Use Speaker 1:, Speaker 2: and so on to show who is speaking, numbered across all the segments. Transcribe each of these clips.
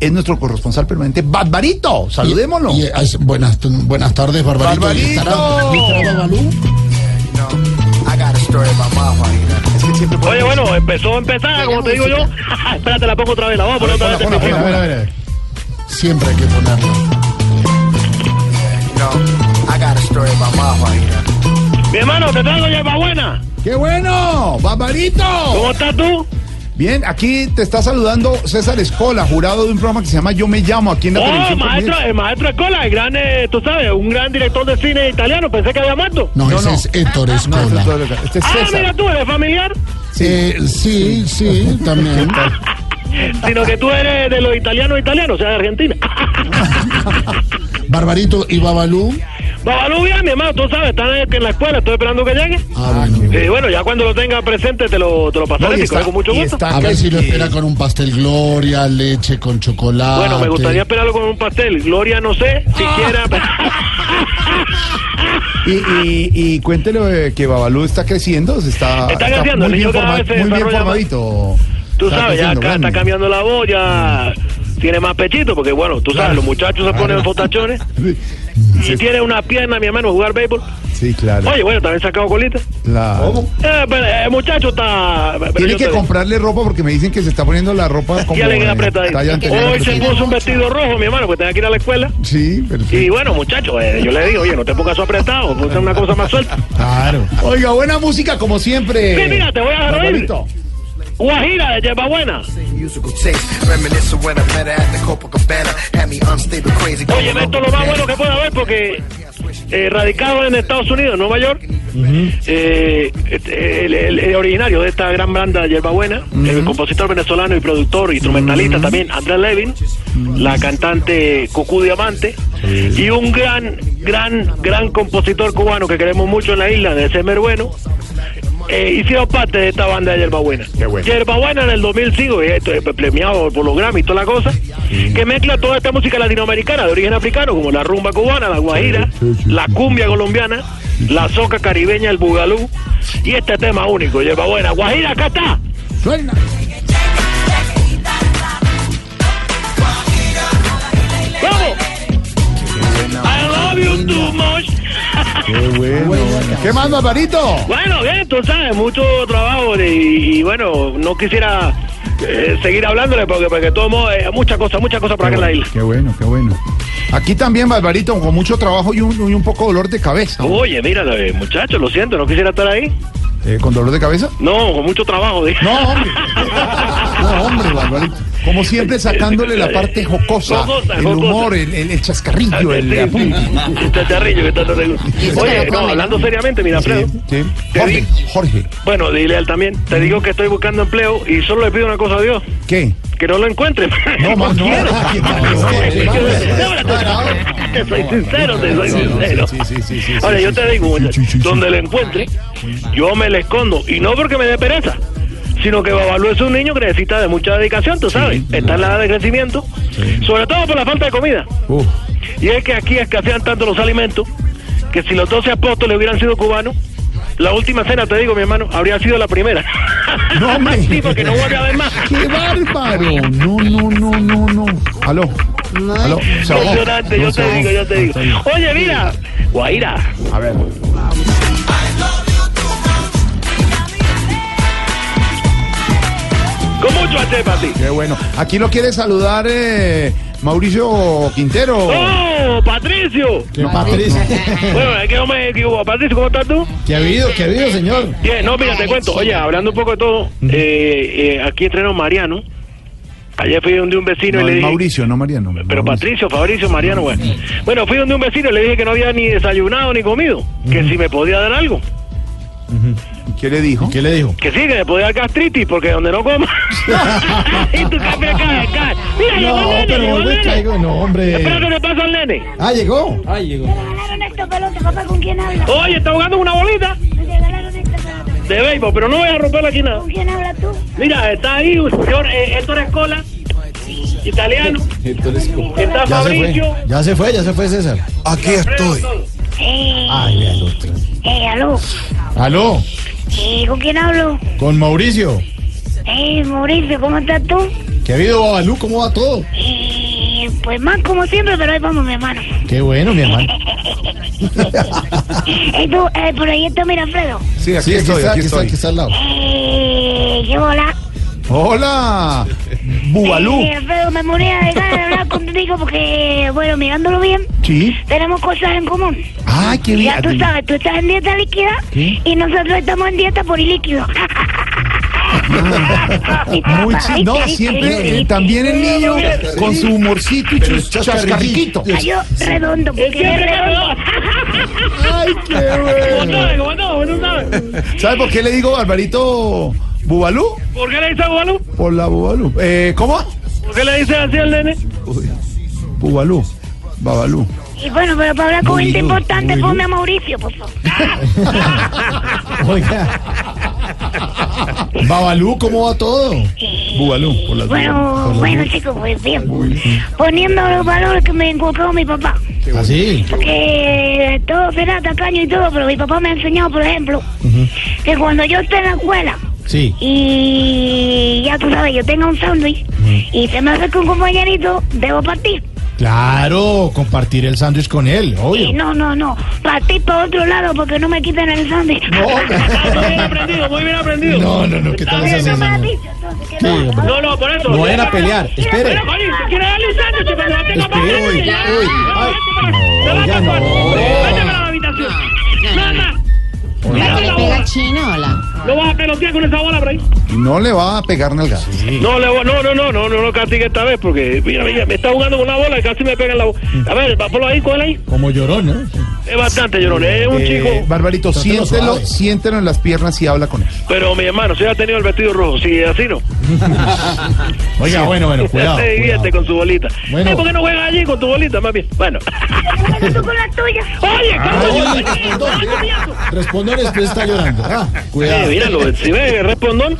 Speaker 1: Es nuestro corresponsal permanente, Barbarito. Saludémoslo.
Speaker 2: Y, eh, ay, buenas, buenas tardes, Barbarito.
Speaker 1: ¡Barbarito!
Speaker 2: ¿Y estará- y estará Babalú?
Speaker 3: Oye, bueno, empezó a empezar, como te digo yo. Espérate, la pongo otra vez, la vamos a poner otra vez.
Speaker 1: Bueno, bueno, bueno, bueno.
Speaker 2: Siempre hay que ponerlo.
Speaker 3: Mi hermano, te traigo yerba buena.
Speaker 1: ¡Qué bueno! ¡Barbarito!
Speaker 3: ¿Cómo estás tú?
Speaker 1: Bien, aquí te está saludando César Escola, jurado de un programa que se llama Yo me llamo aquí en la
Speaker 3: Oh,
Speaker 1: televisión.
Speaker 3: maestro, el maestro Escola, el gran, eh, tú sabes, un gran director de cine italiano. Pensé que había muerto.
Speaker 2: No, ese
Speaker 1: no.
Speaker 2: es Héctor
Speaker 1: No, este
Speaker 2: Escola.
Speaker 1: es todo lo que- este es
Speaker 3: Ah, mira
Speaker 1: César.
Speaker 3: tú, eres familiar,
Speaker 2: Eh, sí, sí, también.
Speaker 3: sino que tú eres de los italianos italianos, o sea, de Argentina.
Speaker 2: Barbarito y Babalú.
Speaker 3: Babalú, bien, mi hermano, tú sabes, están en la escuela, estoy esperando que llegue.
Speaker 2: Ah, bueno.
Speaker 3: Sí, bueno, ya cuando lo tenga presente te lo, te lo
Speaker 1: No,
Speaker 3: pasaré,
Speaker 1: y
Speaker 3: pico,
Speaker 1: está-
Speaker 3: eh, con mucho
Speaker 1: y
Speaker 3: gusto.
Speaker 1: está
Speaker 2: A ver
Speaker 1: casi-
Speaker 2: si lo espera con un pastel Gloria, leche con chocolate.
Speaker 3: Bueno, me gustaría esperarlo con un pastel. Gloria, no sé,
Speaker 1: Ah.
Speaker 3: siquiera.
Speaker 1: Y, y, y cuéntele eh, que Babalú está creciendo, se está,
Speaker 3: Está
Speaker 1: muy
Speaker 3: creciendo, el
Speaker 1: bien,
Speaker 3: niño cada
Speaker 1: forma-
Speaker 3: vez se
Speaker 1: muy bien
Speaker 3: desarrolla más.
Speaker 1: formadito.
Speaker 3: Tú
Speaker 1: Está
Speaker 3: sabes, ya
Speaker 1: creciendo, Mm.
Speaker 3: acá está
Speaker 1: grande.
Speaker 3: cambiando la voz, ya tiene más pechito, porque bueno, tú sabes, los muchachos se ponen fotachones y tiene una pierna, mi hermano, jugar béisbol.
Speaker 1: Sí, claro.
Speaker 3: Oye, bueno, también sacado colita.
Speaker 1: claro.
Speaker 3: Eh, pero el muchacho está... pero
Speaker 1: Tiene
Speaker 3: yo
Speaker 1: que
Speaker 3: te digo,
Speaker 1: comprarle ropa porque me dicen que se está poniendo la ropa como
Speaker 3: tiene que
Speaker 1: eh,
Speaker 3: apretar.
Speaker 1: talla anterior.
Speaker 3: Hoy se puso un vestido rojo, mi hermano, porque tenía que ir a la escuela.
Speaker 1: Sí,
Speaker 3: Y
Speaker 1: perfecto.
Speaker 3: bueno, muchacho, eh, yo le digo, oye, no te pongas eso apretado, ponte una cosa más suelta.
Speaker 2: Claro.
Speaker 1: Oiga, buena música como siempre.
Speaker 3: Sí, mira, te voy a dejar oír.
Speaker 1: Barbarito.
Speaker 3: Guajira de Yerba Buena.
Speaker 4: Musical taste, reminiscent when I met her at the Copacabana. Had me unstable, crazy.
Speaker 3: Oye, esto es lo más bueno que puede haber porque eh, radicado en Estados Unidos, en Nueva York, eh, este, el, el- el originario de esta gran banda Yerbabuena, el compositor venezolano y productor, instrumentalista también, Andrés Levin, la cantante Cucú Diamante, y un gran, gran, gran compositor cubano que queremos mucho en la isla, de Semer Bueno. eh, hicieron parte de esta banda de Yerbabuena.
Speaker 1: bueno.
Speaker 3: Yerbabuena en el 2005, y esto, eh, premiado por los Grammy y toda la cosa, que mezcla toda esta música latinoamericana de origen africano, como la rumba cubana, la guajira, la cumbia colombiana, la soca caribeña, el bugalú, y este tema único, Yerbabuena. Guajira, acá está.
Speaker 2: Suena.
Speaker 3: ¡Vamos! I love you too much.
Speaker 1: Qué bueno. ¿Qué más, Barbarito?
Speaker 3: Bueno, bien, tú sabes, mucho trabajo de- y, y bueno, no quisiera eh, seguir hablándole porque, porque todo modo, eh, muchas cosas, muchas cosas para acá en la isla.
Speaker 1: Qué bueno, qué bueno. Aquí también, Barbarito, con mucho trabajo y un, y un poco dolor de cabeza.
Speaker 3: Oye, mira, eh, muchacho, lo siento, no quisiera estar ahí.
Speaker 1: Eh, ¿Con dolor de cabeza?
Speaker 3: No, con mucho trabajo. dije.
Speaker 1: No, hombre. No, hombre, Barbarito. Como siempre, sacándole la parte jocosa,
Speaker 3: Jocosa,
Speaker 1: el
Speaker 3: jocosa.
Speaker 1: humor, el, el- el chascarrillo, el
Speaker 3: Ah, Sí, sí, sí, sí, chacharrillo que tanto te gusta. Oye, no, hablando seriamente, mira,
Speaker 1: Sí,
Speaker 3: Alfredo,
Speaker 1: sí.
Speaker 3: te
Speaker 1: Jorge,
Speaker 3: di-
Speaker 1: Jorge,
Speaker 3: bueno, dile a él también, te digo que estoy buscando empleo y solo le pido una cosa a Dios,
Speaker 1: ¿qué?
Speaker 3: que no lo encuentre.
Speaker 1: No, más no.
Speaker 3: quiero.
Speaker 1: Sí,
Speaker 3: No,
Speaker 1: sí,
Speaker 3: no, Te soy sincero, te soy sincero.
Speaker 1: sí, sí, sí, sí,
Speaker 3: Ahora,
Speaker 1: sí,
Speaker 3: yo
Speaker 1: sí,
Speaker 3: te
Speaker 1: sí,
Speaker 3: digo,
Speaker 1: sí,
Speaker 3: muchacho,
Speaker 1: sí, sí, sí.
Speaker 3: donde le encuentre, yo me le escondo. Y no porque me dé pereza, sino que Babalú es un niño que necesita de mucha dedicación, tú sabes. Está en la edad de crecimiento, sobre todo por la falta de comida.
Speaker 1: Uf,
Speaker 3: Y es que aquí escasean tanto los alimentos que si los 12 apóstoles hubieran sido cubanos, la última cena, te digo, mi hermano, habría sido la primera.
Speaker 1: No, hombre.
Speaker 3: sí, porque no vuelve a haber más.
Speaker 1: ¡Qué bárbaro! No, no, no, no, no. Aló. Aló. Se ahogó.
Speaker 3: Impresionante,
Speaker 1: No,
Speaker 3: yo
Speaker 1: se
Speaker 3: te
Speaker 1: ahogó.
Speaker 3: digo, yo te digo. Oye, mira, Guaira,
Speaker 1: A ver.
Speaker 3: con mucho H para ti.
Speaker 1: Qué bueno. Aquí lo quiere saludar eh, Mauricio Quintero.
Speaker 3: ¡Oh, Patricio!
Speaker 2: No, Patricio.
Speaker 3: Bueno, es que no me equivoco. Patricio, ¿cómo estás tú?
Speaker 2: ¿Qué ha habido? ¿Qué ha habido, señor?
Speaker 3: Bien, no, mira, te cuento. Oye, hablando un poco de todo, eh, eh, aquí entrenó Mariano. Ayer fui donde un vecino
Speaker 1: No,
Speaker 3: y le
Speaker 1: es
Speaker 3: dije...
Speaker 1: Mauricio, no Mariano.
Speaker 3: Pero
Speaker 1: Mauricio.
Speaker 3: Patricio, Fabricio, Mariano, bueno. Bueno, fui donde un vecino y le dije que no había ni desayunado ni comido, que si me podía dar algo.
Speaker 1: ¿Qué le dijo?
Speaker 2: ¿Qué le dijo?
Speaker 3: Que sí, que le podía dar gastritis, porque donde no coma. y tu café acá, de acá. Mira, llegó el nene, llegó el nene.
Speaker 2: no,
Speaker 3: Espera que
Speaker 2: hombre.
Speaker 3: le pasa al nene.
Speaker 2: Ah, llegó.
Speaker 5: regalaron esta pelota, papá, ¿con quién habla?
Speaker 3: Oye, está jugando una bolita
Speaker 5: Me regalaron esta pelota.
Speaker 3: de béisbol, pero no voy a romperla aquí nada.
Speaker 5: ¿Con quién habla tú?
Speaker 3: Mira, está ahí un señor eh, Héctor Escola, italiano.
Speaker 2: Ya
Speaker 3: Está
Speaker 2: se
Speaker 3: Fabricio.
Speaker 2: fue. Ya se fue, ya se fue César.
Speaker 4: Aquí estoy.
Speaker 5: Eh,
Speaker 2: Ay, vea el otro.
Speaker 5: eh, aló.
Speaker 2: Aló,
Speaker 5: Eh, ¿con quién hablo?
Speaker 2: con Mauricio.
Speaker 5: Eh, Mauricio, ¿cómo estás tú?
Speaker 2: ¿Qué ha habido, Babalú? ¿Cómo va todo?
Speaker 5: Eh, pues más como siempre, pero ahí vamos, mi hermano.
Speaker 2: Qué bueno, mi hermano.
Speaker 5: Eh, tú, eh, por ahí está Mirafredo.
Speaker 1: Sí, aquí
Speaker 2: Sí, aquí
Speaker 1: estoy,
Speaker 2: está,
Speaker 1: aquí
Speaker 2: aquí está,
Speaker 1: estoy.
Speaker 2: aquí está al lado.
Speaker 5: Eh, qué hola.
Speaker 1: Hola, Bubalú.
Speaker 5: Eh, Alfredo, me moría de ganas de hablar contigo porque, bueno, mirándolo bien,
Speaker 1: Sí.
Speaker 5: tenemos cosas en común.
Speaker 1: Ah, qué
Speaker 5: Ya tú
Speaker 1: bien.
Speaker 5: sabes, tú estás en dieta líquida y nosotros estamos en dieta por ilíquido.
Speaker 1: Ah, Muy chi- No, siempre, eh, también el niño con su humorcito y su chascarriquito.
Speaker 5: Cayó redondo, porque es redondo.
Speaker 1: Ay, qué
Speaker 3: ¿Cómo
Speaker 1: bueno.
Speaker 3: sabe? ¿Cómo sabe? ¿Cómo sabe?
Speaker 1: ¿Sabe por qué le digo Barbarito Bubalú?
Speaker 3: ¿Por qué le dice Bubalú?
Speaker 1: Por la Bubalú. Eh, ¿Cómo?
Speaker 3: ¿Por qué le dice así al nene?
Speaker 1: Uy, Bubalú. Babalú.
Speaker 5: Y bueno, pero para hablar con gente
Speaker 2: Uy,
Speaker 5: importante,
Speaker 2: uy,
Speaker 5: ponme a Mauricio, por favor.
Speaker 2: Oiga. Babalú, ¿cómo va todo?
Speaker 1: Bubalú, por la
Speaker 5: Bueno, bueno, chicos, pues bien. Poniendo los valores que me inculcó mi papá.
Speaker 2: Así.
Speaker 5: Porque todo será tacaño y todo, pero mi papá me ha enseñado, por ejemplo, que cuando yo esté en la escuela,
Speaker 2: Sí.
Speaker 5: y ya tú sabes, yo tenga un sándwich y se me acerca un compañerito, debo partir.
Speaker 2: Claro, compartir el sándwich con él,
Speaker 5: Y
Speaker 2: obvio.
Speaker 5: no, no, no, partir para otro lado porque no me quitan el sándwich.
Speaker 3: Ah, muy bien aprendido, muy bien aprendido.
Speaker 2: No, no, no, ¿qué
Speaker 3: Está
Speaker 2: tal
Speaker 3: bien,
Speaker 2: esa
Speaker 5: no me has
Speaker 2: sensación?
Speaker 5: dicho, entonces, que no.
Speaker 2: hombre.
Speaker 3: No, no, por eso.
Speaker 2: No vayan a pelear, espere.
Speaker 3: Pero, coño, si quieres darle un sándwich, pero date la mano,
Speaker 2: Espere,
Speaker 3: nene,
Speaker 2: uy,
Speaker 3: ya.
Speaker 2: uy,
Speaker 3: No,
Speaker 2: ay. No, ya
Speaker 3: vete para- vete para-
Speaker 2: no.
Speaker 3: vete para la habitación. Nana,
Speaker 6: ¿La que le pega al chino o la?
Speaker 3: no vas a pelotear con esa bola por ahí.
Speaker 1: No le va a pegar nalga.
Speaker 3: No, le voy- no, no, no, no, no lo castigue esta vez porque mira, mira, me está jugando con una bola y casi me pega en la bola. A ver, va, ponlo ahí, cógelo ahí.
Speaker 2: Como llorón, ¿no?
Speaker 3: Es bastante llorón, es un
Speaker 1: Eh,
Speaker 3: chico.
Speaker 1: Barbarito,
Speaker 2: Trátelo
Speaker 1: siéntelo,
Speaker 2: suave.
Speaker 1: siéntelo en las piernas y habla con él.
Speaker 3: Pero mi hermano, si ha tenido el vestido rojo, si así no.
Speaker 2: Oiga, bueno, bueno, cuidado.
Speaker 3: se divierte
Speaker 2: cuidado.
Speaker 3: con su bolita.
Speaker 2: Bueno.
Speaker 3: Eh, ¿Por qué no juegas allí con tu bolita, más bien? Bueno.
Speaker 5: Pero tú con la tuya.
Speaker 3: Oye,
Speaker 2: Ay,
Speaker 3: ¿cómo?
Speaker 2: respondón. Respondón después está llorando. Ah,
Speaker 3: Eh,
Speaker 2: cuidado.
Speaker 3: míralo, si ve, respondón.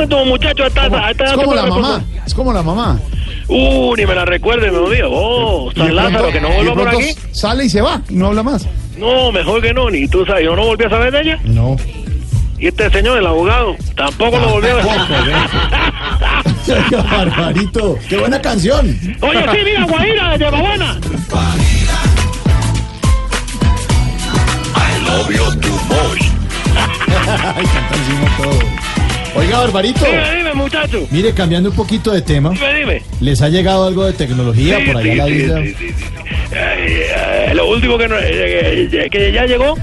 Speaker 3: Estos muchachos hasta
Speaker 1: Es como la mamá, es como la mamá.
Speaker 3: Uh, ni me la recuerde, me odio. Oh,
Speaker 1: Y de
Speaker 3: San Lázaro,
Speaker 1: pronto-
Speaker 3: que no
Speaker 1: y de
Speaker 3: vuelva por
Speaker 1: pronto
Speaker 3: aquí.
Speaker 1: Sale y se va, no habla más.
Speaker 3: No, mejor que no, ni tú sabes, yo no volví a saber de ella.
Speaker 2: No.
Speaker 3: Y este señor, el abogado, tampoco lo volvió a
Speaker 2: Oiga, Barbarito, qué buena canción.
Speaker 3: Oye, sí, mira, Guajira, de Babana.
Speaker 2: Ay, cantan encima todo. Oiga, Barbarito,
Speaker 3: Dime, dime, muchacho.
Speaker 2: mire, cambiando un poquito de tema,
Speaker 3: Dime, dime.
Speaker 2: ¿les ha llegado algo de tecnología por allá a la isla?
Speaker 3: sí, sí, sí. Ay, ay, lo último que, no- eh, eh, que ya llegó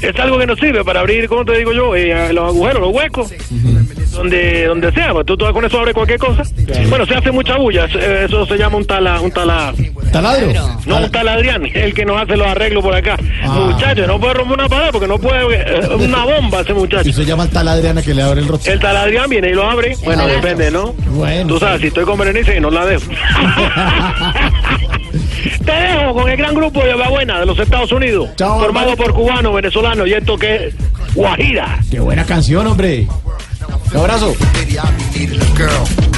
Speaker 3: es algo que nos sirve para abrir, ¿cómo te digo yo? Eh, los agujeros, los huecos, donde donde sea. pues, Tú, tú con eso abres cualquier cosa. Bueno, se hace mucha bulla. Eso, eh, eso se llama un tala, un tala,
Speaker 2: ¿Taladro? Ah,
Speaker 3: no un taladrián, el que nos hace los arreglos por acá. Muchacho, no puede romper una pared porque no puede, eh, una bomba ese muchacho.
Speaker 2: Y usted llama al taladriana que le abre el rostro.
Speaker 3: El taladrián viene y lo abre. Bueno, depende, ¿no?
Speaker 2: Bueno.
Speaker 3: Tú sabes, si estoy con Berenice, no la dejo. Te dejo con el gran grupo de Buena de los Estados Unidos.
Speaker 2: Chao,
Speaker 3: formado
Speaker 2: hermano.
Speaker 3: por cubanos, venezolanos y esto que es Guajira.
Speaker 2: Qué buena canción, hombre. Un abrazo.
Speaker 4: Baby, I be needing a girl.